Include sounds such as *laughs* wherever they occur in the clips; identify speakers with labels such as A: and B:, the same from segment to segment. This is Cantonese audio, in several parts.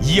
A: 以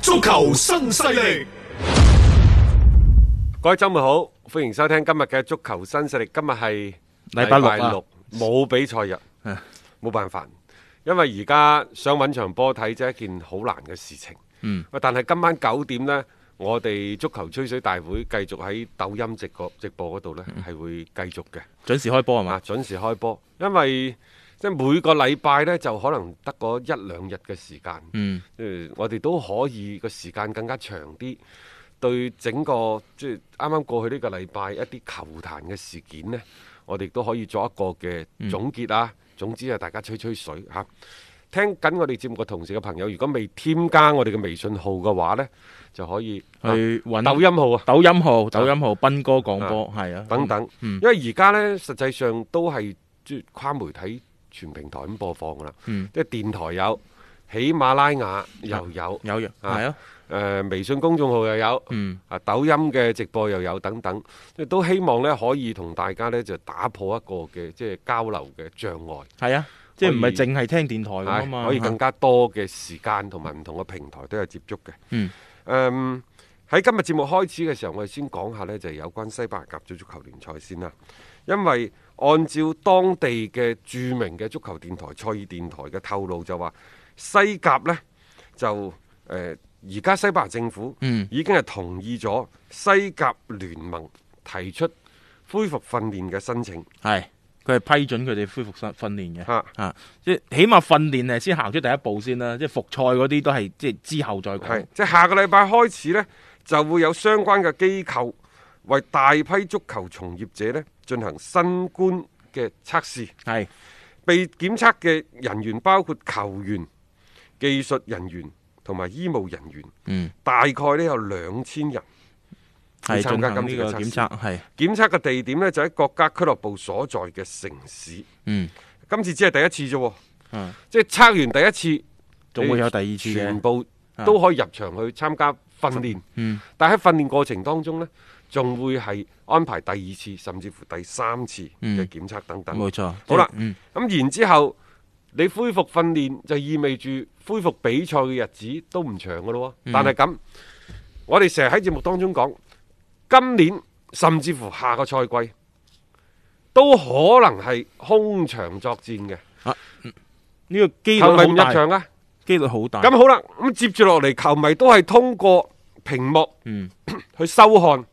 A: 足球新勢力，
B: 各位周末好，歡迎收聽今日嘅足球新勢力。今日係
C: 禮拜六啊
B: 六，冇比賽日，冇辦法，因為而家想揾場波睇，真係一件好難嘅事情。嗯，但係今晚九點呢，我哋足球吹水大會繼續喺抖音直播直播嗰度呢，
C: 嗯
B: 係會繼續嘅。
C: 準時開波係嘛
B: 啊，？準時開波，因為即係每個禮拜呢，就可能得嗰一兩日嘅時間。
C: 嗯，
B: 誒、呃我哋都可以個時間更加長啲，對整個即係啱啱過去呢個禮拜一啲球壇嘅事件呢，我哋都可以作一個嘅
C: 嗯
B: 總結啊。總之啊，大家吹吹水嚇。聽緊我哋節目嘅同事嘅朋友，如果未添加我哋嘅微信號嘅話呢，就可以啊
C: 去揾
B: 抖音號啊。
C: 抖音號、抖音號斌哥講波係啊，
B: 等等，
C: 嗯
B: 因為而家呢，實際上都係即係跨媒體全平台咁播放噶啦，
C: 嗯
B: 即係電台有，喜馬拉雅又有，誒、
C: 有嘅
B: 啊
C: 係啊，
B: 微信公眾號又有，
C: 嗯
B: 啊抖音嘅直播又有等等，即係都希望呢可以同大家呢就打破一個嘅即係交流嘅障礙。
C: 係啊，即係唔
B: 可
C: 係
B: 以
C: 淨係聽電台咁啊
B: 係
C: 嘛，
B: 可以更加多嘅時間同埋唔同嘅平台都有接觸嘅。
C: 嗯
B: 嗯，喺今日節目開始嘅時候，我哋先講下呢，就係有關西班牙甲組足球聯賽先啦。因為按照當地嘅著名嘅足球電台賽爾電台嘅透露就話，西甲呢，就誒而家西班牙政府
C: 嗯
B: 已經係同意咗西甲聯盟提出恢復訓練嘅申請。
C: 係佢係批准佢哋恢復訓訓練嘅
B: 啊
C: 啊，即係起碼訓練係先行出第一步先啦，即係復賽嗰啲都係即係之後
B: 係
C: 再講，，
B: 即係下個禮拜開始呢，就會有相關嘅機構為大批足球從業者呢進行新冠嘅測試。
C: 係
B: 被檢測嘅人員包括球員、技術人員同埋醫務人員，
C: 嗯
B: 大概呢有兩千人。
C: 係進
B: 參加
C: 行呢
B: 今次
C: 個
B: 嘅測
C: 檢
B: 試
C: 測係
B: 檢測嘅地點呢，就喺國家俱樂部所在嘅城市。
C: 嗯
B: 今次只係第一次啫喎，
C: 啊，
B: 即係測完第一次，
C: 仲會有第二次
B: 全
C: 嘅啊
B: 部都可以入場去參加訓練。
C: 嗯
B: 但喺訓練過程當中呢，仲會係安排第二次甚至乎第三次嘅
C: 嗯
B: 檢測等等。
C: 冇錯，
B: 好啦，
C: 即係嗯
B: 咁然之後你恢復訓練就意味住恢復比賽嘅日子都唔長噶咯
C: 嗯
B: 喎。但係咁，我哋成日喺節目當中講，今年甚至乎下個賽季都可能係空場作戰嘅，
C: 呢個機率
B: 球迷唔
C: 好
B: 入
C: 大，
B: 場啊！
C: 機率好大，
B: 咁好啦，咁接住落嚟，球迷都係通過屏幕
C: 嗯
B: *coughs* 去收看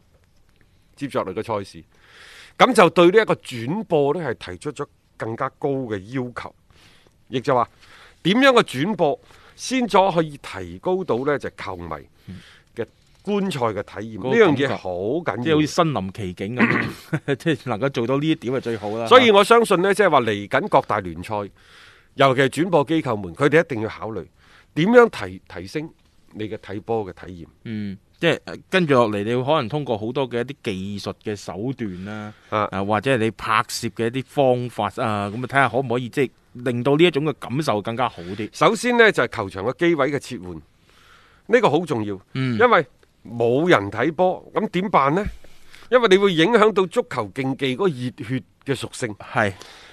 B: 接住落嚟嘅賽事，咁就對呢一個轉播呢係提出咗更加高嘅要求，亦就話點樣嘅轉播先至可以提高到呢就球迷嘅觀賽嘅體驗，
C: 嗯嗰個
B: 呢樣
C: 感覺
B: 嘢好緊
C: 即係好
B: 要
C: 似。身臨其境咁樣， *laughs* 即係能夠做到呢一點係最好啦。
B: 所以我相信呢，即係話嚟緊各大聯賽，尤其係轉播機構們，佢哋一定要考慮點樣提提升你嘅睇波嘅體驗。
C: 嗯，即係呃跟住落嚟，你會可能通過好多嘅一啲技術嘅手段啦，
B: 啊
C: 啊或者係你拍攝嘅一啲方法啊，咁啊睇下可唔可以即係令到呢一種嘅感受更加好啲。
B: 首先呢，就係、球場嘅機位嘅切換，呢、個好重要，
C: 嗯
B: 因為冇人睇波，咁點辦呢？因為你會影響到足球競技嗰個熱血嘅屬性，
C: 係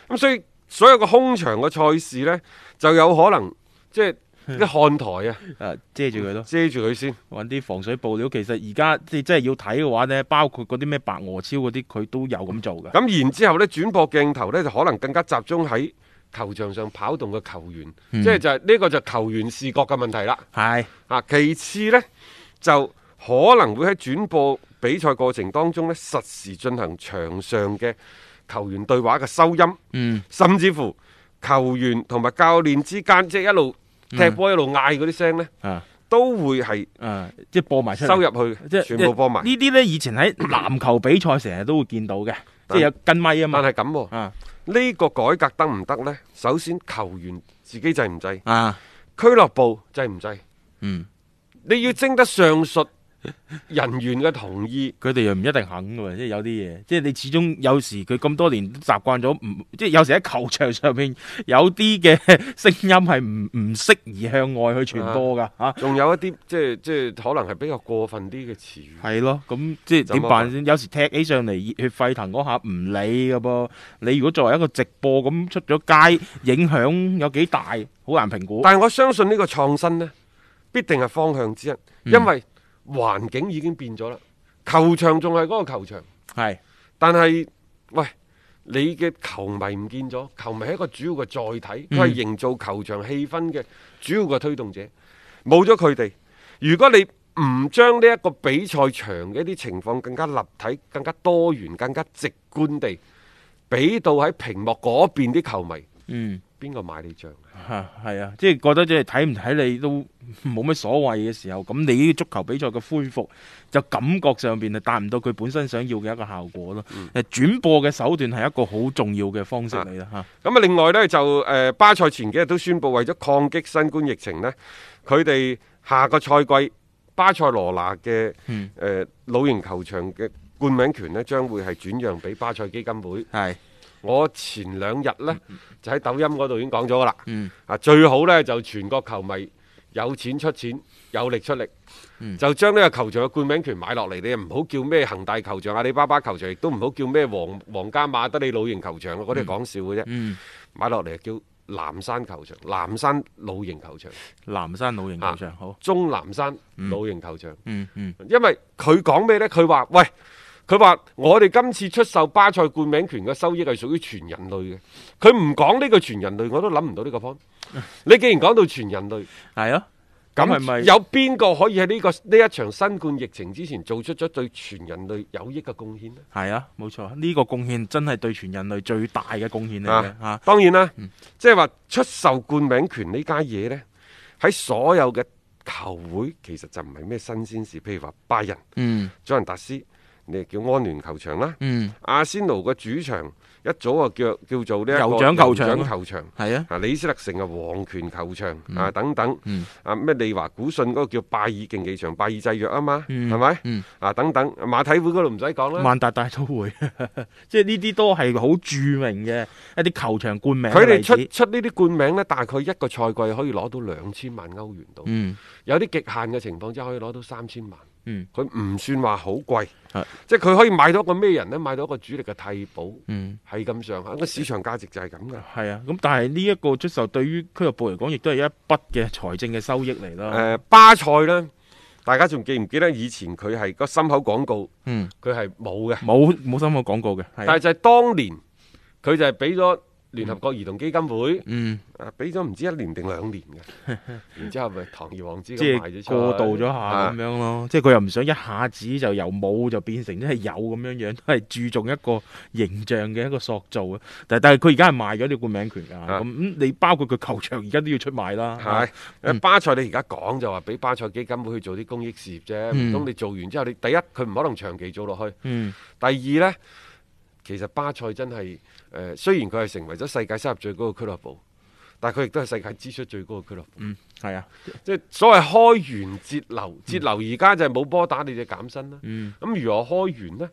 B: 咁所以所有嘅空場嘅賽事呢，就有可能即係啲看台啊
C: 誒呃遮住佢咯，
B: 遮住佢先，
C: 揾啲防水布料。其實而家即係真係要睇嘅話呢，包括嗰啲咩白俄超嗰啲，佢都有咁做嘅。
B: 咁然之後呢，轉播鏡頭呢，就可能更加集中喺球場上跑動嘅球員，即係就係、呢、個就係球員視覺嘅問題啦。
C: 係
B: 啊，其次呢，就可能會喺轉播比賽過程當中呢，實時進行場上嘅球員對話嘅收音，
C: 嗯，
B: 甚至乎球員同埋教練之間，即係一路踢波一路嗌嗰啲聲呢，
C: 啊
B: 都會係
C: 啊，即係播埋出嚟
B: 收入
C: 即係
B: 去，全部播埋。
C: 呢啲呢，以前喺籃球比賽成日都會見到嘅，即係有跟咪啊
B: 但
C: 嘛。
B: 係咁喎，
C: 啊
B: 呢個改革得唔得呢？首先球員自己制唔制，
C: 啊，
B: 俱樂部制唔制？
C: 嗯，
B: 你要徵得上述人員嘅同意。
C: 佢哋又唔一定肯嘅喎，即係有啲嘢，即係你始終有時佢咁多年都習慣咗，唔即係有時喺球場上面有啲嘅 *laughs* 聲音係唔唔適宜向外去傳播㗎啊嚇。
B: 仲有一啲即係即係可能係比較過分啲嘅詞語。
C: 係咯，咁即係
B: 怎麼
C: 點辦先？有時踢起上嚟熱血沸騰嗰下唔理㗎噃，你如果作為一個直播咁出咗街，影響有幾大，好難評估。
B: 但係我相信呢個創新呢，必定係方向之一，因為環境已經變咗啦。球場仲係嗰個球場，
C: 係
B: 但係喂，你嘅球迷唔見咗，球迷係一個主要嘅載體，佢係營造球場氣氛嘅主要嘅推動者。冇咗佢哋，如果你唔將呢一個比賽場嘅一啲情況更加立體、更加多元、更加直觀地俾到喺屏幕嗰邊啲球迷，
C: 嗯。
B: 邊個買你帳？
C: 吓系啊，即係覺得即係睇唔睇你都冇乜所謂嘅時候，咁你呢啲足球比賽嘅恢復就感覺上邊係達唔到佢本身想要嘅一個效果咯。
B: 嗯
C: 誒轉播嘅手段係一個好重要嘅方式嚟啦吓。
B: 咁啊，另外呢，就誒、呃巴塞前幾日都宣布，為咗抗擊新冠疫情呢，佢哋下個賽季巴塞羅那嘅誒、
C: 嗯
B: 呃老型球場嘅冠名權呢，將會係轉讓俾巴塞基金會。
C: 係
B: 我前兩日呢，就喺抖音嗰度已經講咗噶啦。
C: 嗯
B: 啊，最好呢，就全國球迷有錢出錢，有力出力，
C: 嗯
B: 就將呢個球場嘅冠名權買落嚟。你唔好叫咩恒大球場、阿里巴巴球場，亦都唔好叫咩皇皇家馬德里老型球場嗰啲係講笑嘅啫。
C: 嗯，
B: 買落嚟叫南山球場、南山老型球場、
C: 南山老型球
B: 啊
C: 場好。
B: 中南山老型球場。
C: 嗯嗯
B: 因為佢講咩呢？佢話喂，佢話我哋今次出售巴塞冠名權嘅收益係屬於全人類嘅。佢唔講呢個全人類，我都諗唔到呢個 point。你
C: *laughs*
B: 既然講到全人類，
C: 係啊，咁係咪
B: 咁有邊個可以喺呢、個呢一場新冠疫情之前做出咗對全人類有益嘅貢獻呢？
C: 係啊，冇錯，呢個貢獻真係對全人類最大嘅貢獻嚟嘅吓
B: 啊。，當然啦，
C: 嗯
B: 即係話出售冠名權呢家嘢呢，喺所有嘅球會其實就唔係咩新鮮事。譬如話拜仁、
C: 嗯
B: 佐仁達斯，你叫安聯球場啦，
C: 嗯，
B: 阿仙奴嘅主場一早就叫叫做呢一個
C: 酋長球場
B: 酋長球場。
C: 係啊，
B: 啊，李斯特城嘅皇權球場
C: 嗯
B: 啊，等等，啊咩利華古信嗰個叫拜爾競技場、拜爾製藥啊嘛，
C: 嗯
B: 係咪？啊等等，馬體會嗰度唔使講啦，
C: 萬達大都會， *laughs* 即係呢啲都係好著名嘅一啲球場冠名嘅
B: 佢哋
C: 例
B: 出
C: 子
B: 出呢啲冠名呢，大概一個賽季可以攞到兩千萬歐元到，
C: 嗯
B: 有啲極限嘅情況之下可以攞到三千萬。
C: 嗯
B: 佢唔算話好貴
C: 係，
B: 即係佢可以買到一個咩人呢？買到一個主力嘅替補，
C: 嗯。
B: 係咁上下。個市場價值就係咁噶。
C: 係啊，咁但係呢一個出售對於俱樂部嚟講，亦都係一筆嘅財政嘅收益
B: 誒、
C: 嚟啦。
B: 巴塞呢，大家仲記唔記得以前佢係個心口廣告，
C: 嗯，
B: 佢係冇嘅，
C: 冇冇深口講過嘅，係
B: 但係
C: 啊
B: 就係當年佢就係俾咗聯合國兒童基金會，
C: 嗯，
B: 啊俾咗唔知一年定兩年嘅，
C: *laughs*
B: 然之後咪堂而皇之
C: 即
B: 咁賣咗
C: 係
B: 出去
C: 過渡咗
B: 啊
C: 下咁樣咯。即係佢又唔想一下子就由冇就變成真係有咁樣樣，都係注重一個形象嘅一個塑造啊。但但係佢而家係賣咗啲冠名權㗎，
B: 啊
C: 咁咁你包括佢球場而家都要出賣啦。
B: 係，誒巴塞你而家講就話俾巴塞基金會去做啲公益事業啫，唔通你做完之後，你第一佢唔可能長期做落去，
C: 嗯
B: 第二呢，其實巴塞真係誒、呃，雖然佢係成為咗世界收入最高嘅俱樂部，但係佢亦都係世界支出最高嘅俱樂部。
C: 嗯，係啊，
B: 即係所謂開源節流，
C: 嗯
B: 節流而家就係冇波打你就減薪啦。咁、如何開源呢？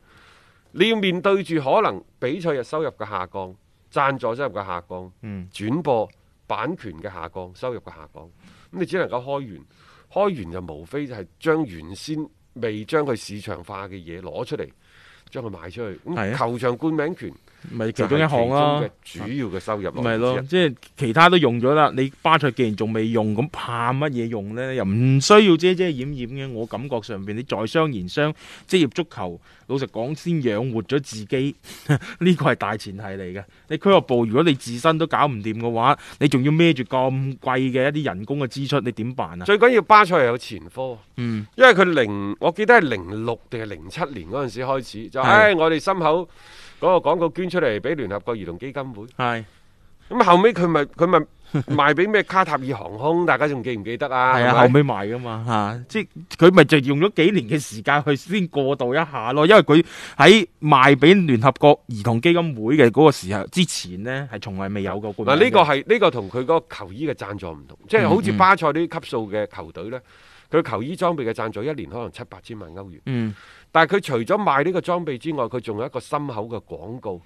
B: 你要面對住可能比賽日收入嘅下降、贊助收入嘅下降、
C: 嗯
B: 轉播版權嘅下降、收入嘅下降，咁你只能夠開源。開源就無非就係將原先未將佢市場化嘅嘢攞出嚟，將佢賣出去。咁
C: 係啊
B: 球場冠名權
C: 咪其
B: 就係
C: 中一項啦。
B: 其中嘅主要嘅收入
C: 咪
B: 來源之
C: 咯，
B: 一
C: 即係其他都用咗啦。你巴塞既然仲未用，咁怕乜嘢用呢？又唔需要遮遮掩掩嘅。我感覺上邊你在商言商，職業足球老實講先養活咗自己， *laughs* 呢個係大前提嚟嘅。你俱樂部如果你自身都搞唔掂嘅話，你仲要孭住咁貴嘅一啲人工嘅支出，你點辦啊？
B: 最緊要巴塞係有前科，
C: 嗯，
B: 因為佢零，我記得係零六定係零七年嗰陣時開始，就
C: 係
B: 唉、我哋心口嗰個廣告捐出嚟俾聯合國兒童基金會。
C: 係
B: 咁後尾佢咪佢咪賣俾咩卡塔爾航空？大家仲記唔記得啊？
C: 係
B: 係
C: 啊，
B: 咪
C: 後尾賣噶嘛嚇，即係佢咪就用咗幾年嘅時間去先過渡一下咯，因為佢喺賣俾聯合國兒童基金會嘅嗰個時候之前呢，係從來未有過冠
B: 嗱，
C: 名嘅
B: 呢個係呢個同佢嗰個球衣嘅贊助唔同，即係好似巴塞呢啲級數嘅球隊呢，佢球衣裝備嘅贊助一年可能七八千萬歐元，
C: 嗯
B: 但係佢除咗賣呢個裝備之外，佢仲有一個心口嘅廣告。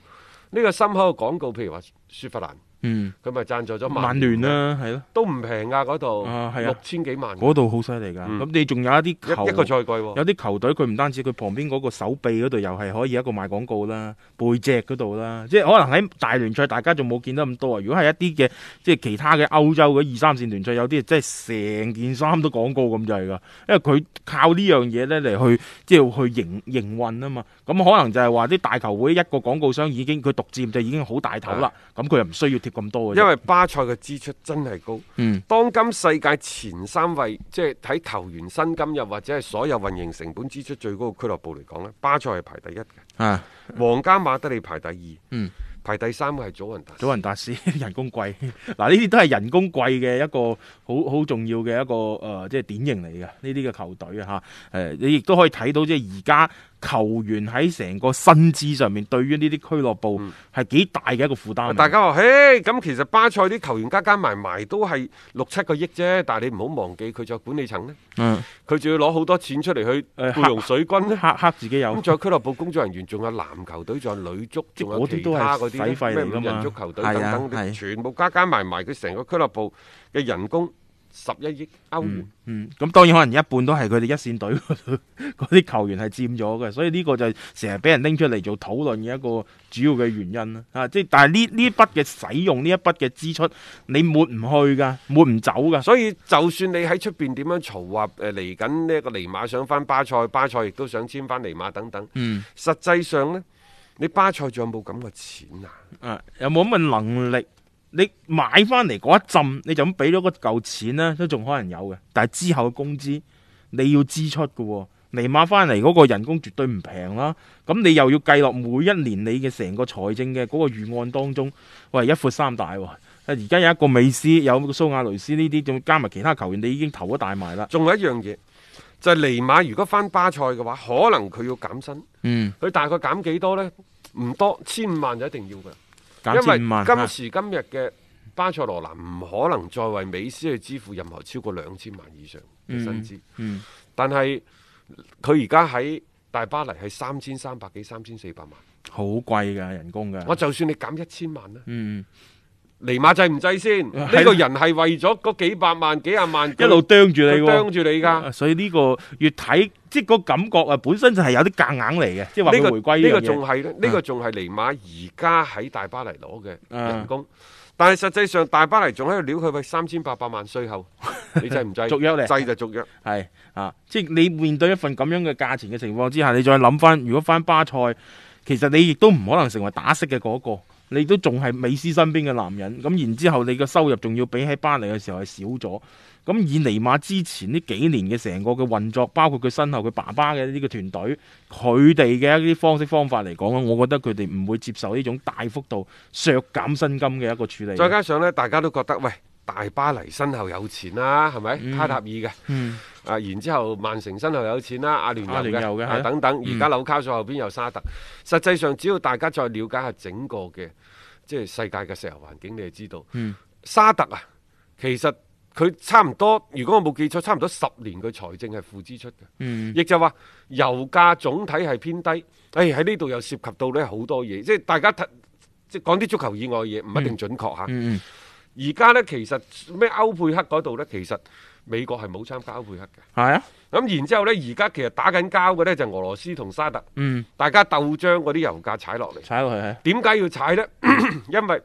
B: 呢個心口嘅廣告，譬如話雪佛蘭，
C: 嗯，
B: 佢咪贊助咗
C: 曼
B: 聯
C: 聯，啦，係咯，
B: 都唔平啊！嗰度
C: 啊係啊
B: 六千幾萬，
C: 嗰度好犀利㗎。
B: 嗯
C: 咁你仲有一啲球
B: 一一個賽季喎。
C: 有啲球隊佢唔單止佢旁邊嗰個手臂嗰度又係可以一個賣廣告啦，背脊嗰度啦，即係可能喺大聯賽大家仲冇見得咁多啊。如果係一啲嘅即係其他嘅歐洲嘅二三線聯賽，有啲真係成件衫都廣告咁滯㗎，因為佢靠呢樣嘢咧嚟去即係去營營運啊嘛。咁可能就係話啲大球會一個廣告商已經佢獨佔就已經好大頭啦，咁佢又唔需要貼咁多嘅啫。
B: 因為巴塞嘅支出真係高，
C: 嗯
B: 當今世界前三位，即係睇球員薪金又或者係所有運營成本支出最高嘅俱樂部嚟講呢，巴塞係排第一嘅，
C: 啊，
B: 皇家馬德里排第二，
C: 嗯
B: 排第三嘅係祖雲達斯。
C: 祖雲達斯 *laughs* 人工貴，嗱呢啲都係人工貴嘅一個好好重要嘅一個誒、呃即係典型嚟嘅呢啲嘅球隊啊嚇。誒、你亦都可以睇到即係而家球員喺成個薪資上面對於呢啲俱樂部係幾大嘅一個負擔啊嚟。
B: 嗯大家話：，嘿，咁其實巴塞啲球員加加埋埋都係六七個億啫，但係你唔好忘記佢作管理層呢，
C: 嗯
B: 佢仲要攞好多錢出嚟去
C: 誒
B: 僱
C: 嚇
B: 傭水軍呢。
C: 黑黑自己有
B: 嗯咁。仲有俱樂部工作人員，仲有籃球隊，仲有女足，
C: 即係
B: 仲有
C: 嗰啲
B: 其
C: 都係
B: 他嗰啲
C: 使費
B: 咧
C: 嚟㗎
B: 咩
C: 嘛
B: 五人足球隊
C: 係
B: 等
C: 啊
B: 等啲，
C: 係
B: 全部加加埋埋，佢成個俱樂部嘅人工十一億歐元。
C: 嗯，咁當然可能一半都係佢哋一線隊 *laughs* 嗰度嗰啲球員係佔咗嘅，所以呢個就係成日俾人拎出嚟做討論嘅一個主要嘅原因啦。啊，即係但係呢呢筆嘅使用，呢一筆嘅支出，你抹唔去㗎，抹唔走㗎。
B: 所以就算你喺出邊點樣嘈話誒嚟緊呢一個尼馬想翻巴塞，巴塞亦都想簽翻尼馬等等，
C: 嗯，
B: 實際上呢，你巴塞仲有冇咁嘅錢啊？
C: 啊，有冇咁嘅能力？你買翻嚟嗰一陣，你就咁俾咗嗰嚿錢呢，都仲可能有嘅。但係之後嘅工資你要支出嘅喎、尼馬翻嚟嗰個人工絕對唔平啦。咁你又要計落每一年你嘅成個財政嘅嗰個預案當中，喂一闊三大喎、而家有一個美斯，有蘇亞雷斯呢啲，仲加埋其他球員，你已經投咗大埋啦。
B: 仲有一樣嘢就係、尼馬，如果翻巴塞嘅話，可能佢要減薪，
C: 嗯，
B: 佢大概減幾多呢？唔多，千五萬就一定要㗎。
C: 減
B: 因為
C: 至五萬。
B: 今時今日嘅巴塞羅那唔可能再為美斯去支付任何超過兩千萬以上嘅薪資，
C: 嗯
B: 但係佢而家喺大巴黎係三千三百幾、三千四百萬。
C: 好貴㗎人工㗎。
B: 我就算你減一千萬啦，
C: 嗯，
B: 尼馬制唔制先？
C: 係啊
B: 呢個人係為咗嗰幾百萬、幾廿萬
C: 一路啄住你
B: 佢
C: 喎。
B: 啄住你㗎。
C: 啊所以呢個越睇，即係個感覺啊，本身就係有啲夾硬嚟嘅，即係話
B: 呢
C: 佢
B: 個
C: 回歸
B: 呢
C: 樣
B: 個
C: 嘢啊
B: 仲係咧，呢個仲係尼馬而家喺大巴黎攞嘅
C: 啊
B: 人工，但係實際上大巴黎仲喺度撩佢喂三千八百萬税
C: *laughs*
B: 後，你制唔制？
C: 續約嚟
B: 制就續約。
C: 係啊，即係你面對一份咁樣嘅價錢嘅情況之下，你再諗翻，如果翻巴塞，其實你亦都唔可能成為打色嘅嗰、個。你都仲係美斯身邊嘅男人，咁然之後你嘅收入仲要比喺巴黎嘅時候係少咗，咁以尼馬之前呢幾年嘅成個嘅運作，包括佢身後佢爸爸嘅呢個團隊，佢哋嘅一啲方式方法嚟講我覺得佢哋唔會接受呢種大幅度削減薪金嘅一個處理。
B: 再加上呢，大家都覺得喂，大巴黎身後有錢啦，係咪？卡塔爾嘅，
C: 嗯
B: 啊，然之後曼城身後有錢啦，阿聯
C: 阿
B: 酋
C: 聯酋嘅
B: 嘅，
C: 係嗯
B: 啊等等，而家紐卡素後邊有沙特。實際上，只要大家再了解下整個嘅即係世界嘅石油環境，你就知道，
C: 嗯
B: 沙特啊，其實佢差唔多，如果我冇記錯，差唔多十年佢財政係負支出嘅。
C: 嗯，
B: 亦就話油價總體係偏低，誒喺呢度又涉及到呢好多嘢，即係大家睇即係講啲足球
C: 嗯
B: 以外嘅嘢，唔一定準確嚇。而家、呢，其實咩歐佩克嗰度呢，其實美國係冇參加歐佩克嘅。
C: 係啊，
B: 咁然之後呢，而家其實打緊交嘅呢，就係俄羅斯同沙特，
C: 嗯，
B: 大家鬥將嗰啲油價踩落嚟。
C: 踩落去係啊
B: 點解要踩呢？ *clears throat* 因為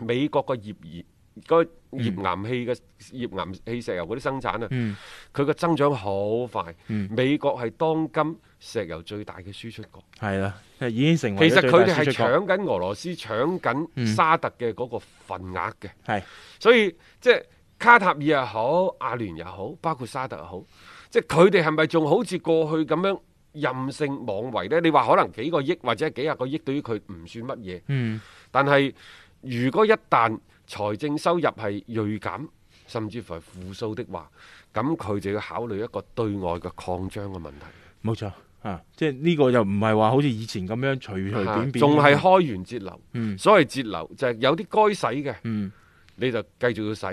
B: 美國個頁岩個頁岩氣嘅頁岩氣石油嗰啲生產啊，
C: 嗯
B: 佢個增長好快。
C: 嗯
B: 美國係當今石油最大嘅輸出國。
C: 係啦，已經成為
B: 其
C: 咗
B: 實
C: 最
B: 佢
C: 大
B: 哋係
C: 輸出國
B: 搶
C: 嗯
B: 緊俄羅斯、搶緊沙特嘅嗰個份額嘅。
C: 係
B: 所以即係卡塔爾又好，阿聯又好，包括沙特又好，即係佢哋係咪仲好似過去咁樣任性妄為呢？你話可能幾個億或者幾廿個億對於佢唔算乜嘢，
C: 嗯
B: 但係如果一旦財政收入係鋭減，甚至乎係負數的話，咁佢就要考慮一個對外嘅擴張嘅問題。
C: 冇錯啊，即係呢個又唔係話好似以前咁樣隨隨便便，
B: 啊仲係開源節流。
C: 嗯
B: 所謂節流就係、有啲該使嘅，
C: 嗯
B: 你就繼續要使。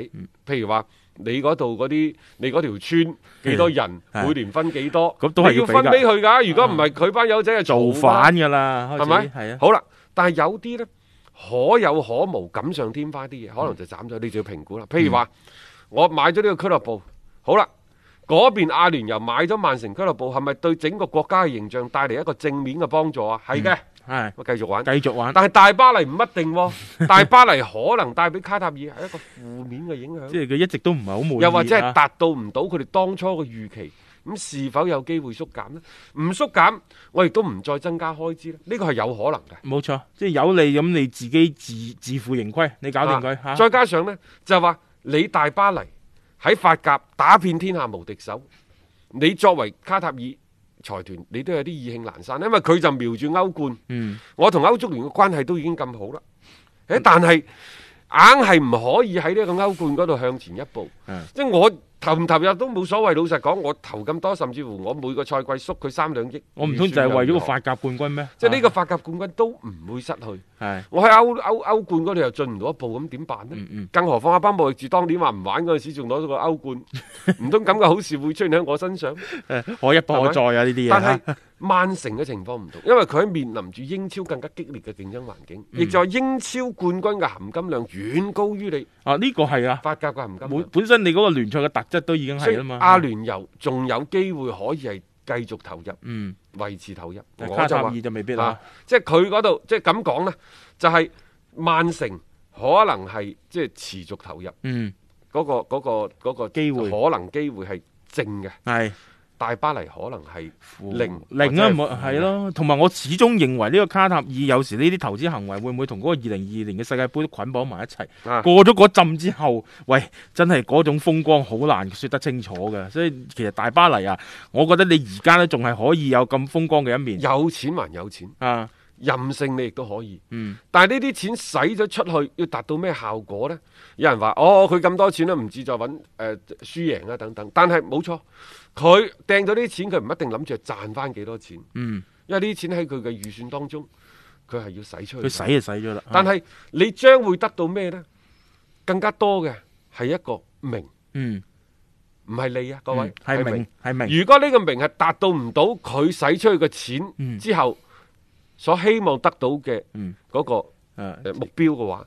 B: 譬如話你嗰度嗰啲，你嗰條村幾多人，
C: 係
B: 每年分幾多，
C: 咁都係
B: 你要
C: 要俾㗎啊
B: 分俾佢㗎。如果唔係，佢班友仔係
C: 造反㗎啦，開
B: 係
C: 始
B: 咪？
C: 係啊，
B: 好啦，但係有啲呢，可有可無、錦上添花啲嘢，
C: 嗯
B: 可能就斬咗，你就要評估啦。譬如話，我買咗呢個俱樂部，好啦。嗰邊阿聯酋買咗曼城俱樂部，係咪對整個國家嘅形象帶嚟一個正面嘅幫助啊？係嘅，
C: 嗯係
B: 我繼續玩。
C: 繼續玩。
B: 但係大巴黎唔一定
C: *laughs*
B: 喎，大巴黎可能帶俾卡塔爾係一個負面嘅影
C: 即
B: 響，
C: 係佢一直都唔係好滿意啊，
B: 又或者係達到唔到佢哋當初嘅預期。咁是否有機會縮減呢？唔縮減，我亦都唔再增加開支呢。呢個係有可能嘅。
C: 冇錯，即係有利咁你自己自自負盈虧，你搞掂佢
B: 啊
C: 吓。
B: 再加上呢，就係話你大巴黎喺法甲打遍天下無敵手，你作為卡塔爾財團，你都有啲意興闌珊，因為佢就瞄住歐冠。
C: 嗯，
B: 我同歐足聯嘅關係都已經咁好啦。誒，但係硬係唔可以喺呢一個歐冠嗰度向前一步。
C: 嗯
B: 即係我投唔投入都冇所謂。老實講，我投咁多，甚至乎我每個賽季縮佢三兩億，
C: 我唔通就係為咗個
B: 法，
C: 法甲冠軍咩？
B: 即係呢個法甲冠軍都唔會失去。
C: 係
B: 我喺歐歐歐冠嗰度又進唔到一步，咁點辦呢？
C: 嗯嗯
B: 更何況阿班莫域治當年話唔玩嗰陣時，仲攞咗個歐冠，唔通咁嘅好事會出現喺我身上？
C: 誒可一不可再啊呢啲嘢。
B: 但係曼城嘅情況唔同，因為佢喺面臨住英超更加激烈嘅競爭環境，
C: 嗯
B: 亦就係英超冠軍嘅含金量遠高於你
C: 啊呢個係啊，
B: 法甲嘅含金
C: 本
B: 量，
C: 本身你嗰個聯賽嘅特質都已經
B: 所以
C: 係啦嘛。
B: 阿聯酋仲有機會可以係繼續投入、
C: 嗯，
B: 維持投入。
C: 但
B: 我
C: 卡
B: 就
C: 塔
B: 話
C: 爾就未必
B: 啊
C: 啦。，
B: 即係佢嗰度即係咁講呢，就係曼城可能係即係持續投入
C: 嗯，
B: 嗰個嗰個嗰個
C: 機會
B: 可能機會係正嘅，
C: 係
B: 大巴黎可能係零
C: 零啊，
B: 或
C: 冇
B: 者
C: 係咯。同埋我始終認為呢個卡塔爾有時呢啲投資行為會唔會同嗰個二零二二年嘅世界盃都捆綁埋一齊？
B: 啊
C: 過咗嗰陣之後，喂，真係嗰種風光好難説得清楚嘅。所以其實大巴黎啊，我覺得你而家咧仲係可以有咁風光嘅一面
B: 有錢還有錢。
C: 啊。
B: 任性你亦都可以，
C: 嗯
B: 但係呢啲錢使咗出去，要達到咩效果呢？有人話：哦，佢咁多錢啦，唔志在揾誒、呃、輸贏啊等等。但係冇錯，佢掟咗呢啲錢，佢唔一定諗住賺翻幾多錢，
C: 嗯，
B: 因為呢啲錢喺佢嘅預算當中，佢係要使出去。
C: 佢使就使咗啦。啊
B: 但係你將會得到咩呢？更加多嘅係一個名，
C: 嗯，
B: 唔係利啊，各位
C: 係明係明，
B: 如果呢個名係達到唔到佢使出去嘅錢
C: 嗯
B: 之後所希望得到嘅
C: 嗯
B: 嗰個
C: 誒
B: 呃目標嘅話，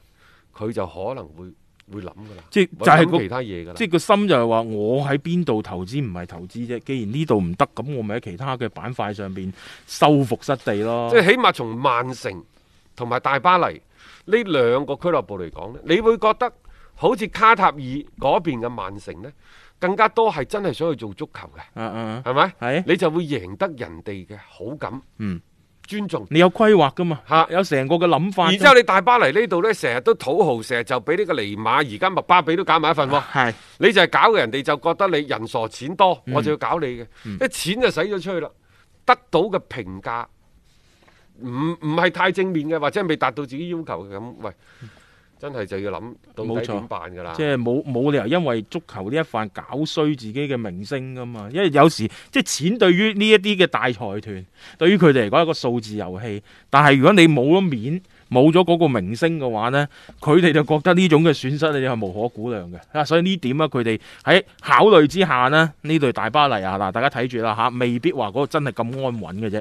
B: 佢就可能會會諗噶啦，
C: 即係
B: 或
C: 就
B: 者
C: 係
B: 諗
C: 個
B: 其他嘢噶啦。
C: 即係個心就係話，我喺邊度投資唔係投資啫。既然呢度唔得，咁我咪喺其他嘅板塊上邊收復失地咯。
B: 即係起碼從曼城同埋大巴黎呢兩個俱樂部嚟講咧，你會覺得好似卡塔爾嗰邊嘅曼城呢，更加多係真係想去做足球嘅，
C: 啊啊，啊
B: 係咪？
C: 係
B: 你就會贏得人哋嘅好感、
C: 嗯，
B: 尊重。
C: 你有規劃噶嘛？
B: 嚇
C: 有成個嘅諗法㗎嘛。
B: 然之後你大巴黎呢度呢，成日都土豪，成日就俾呢個尼馬，而家麥巴比都搞埋一份喎。
C: 係
B: 你啊就係搞人哋就覺得你人傻錢多，
C: 嗯
B: 我就要搞你嘅。啲錢就使咗出去啦，得到嘅評價唔唔係太正面嘅，或者未達到自己要求嘅咁，喂，真係就要諗到
C: 冇
B: 底
C: 錯
B: 點辦㗎啦
C: 即。係冇冇理由因為足球呢一範搞衰自己嘅名聲噶嘛，因為有時即係錢對於呢一啲嘅大財團，對於佢哋嚟講係一個數字遊戲。但係如果你冇咗面，冇咗嗰個名聲嘅話呢，佢哋就覺得呢種嘅損失你係無可估量嘅。啊，所以呢點啊，佢哋喺考慮之下呢，呢隊大巴黎啊，嗱，大家睇住啦嚇，未必話嗰個真係咁安穩嘅啫。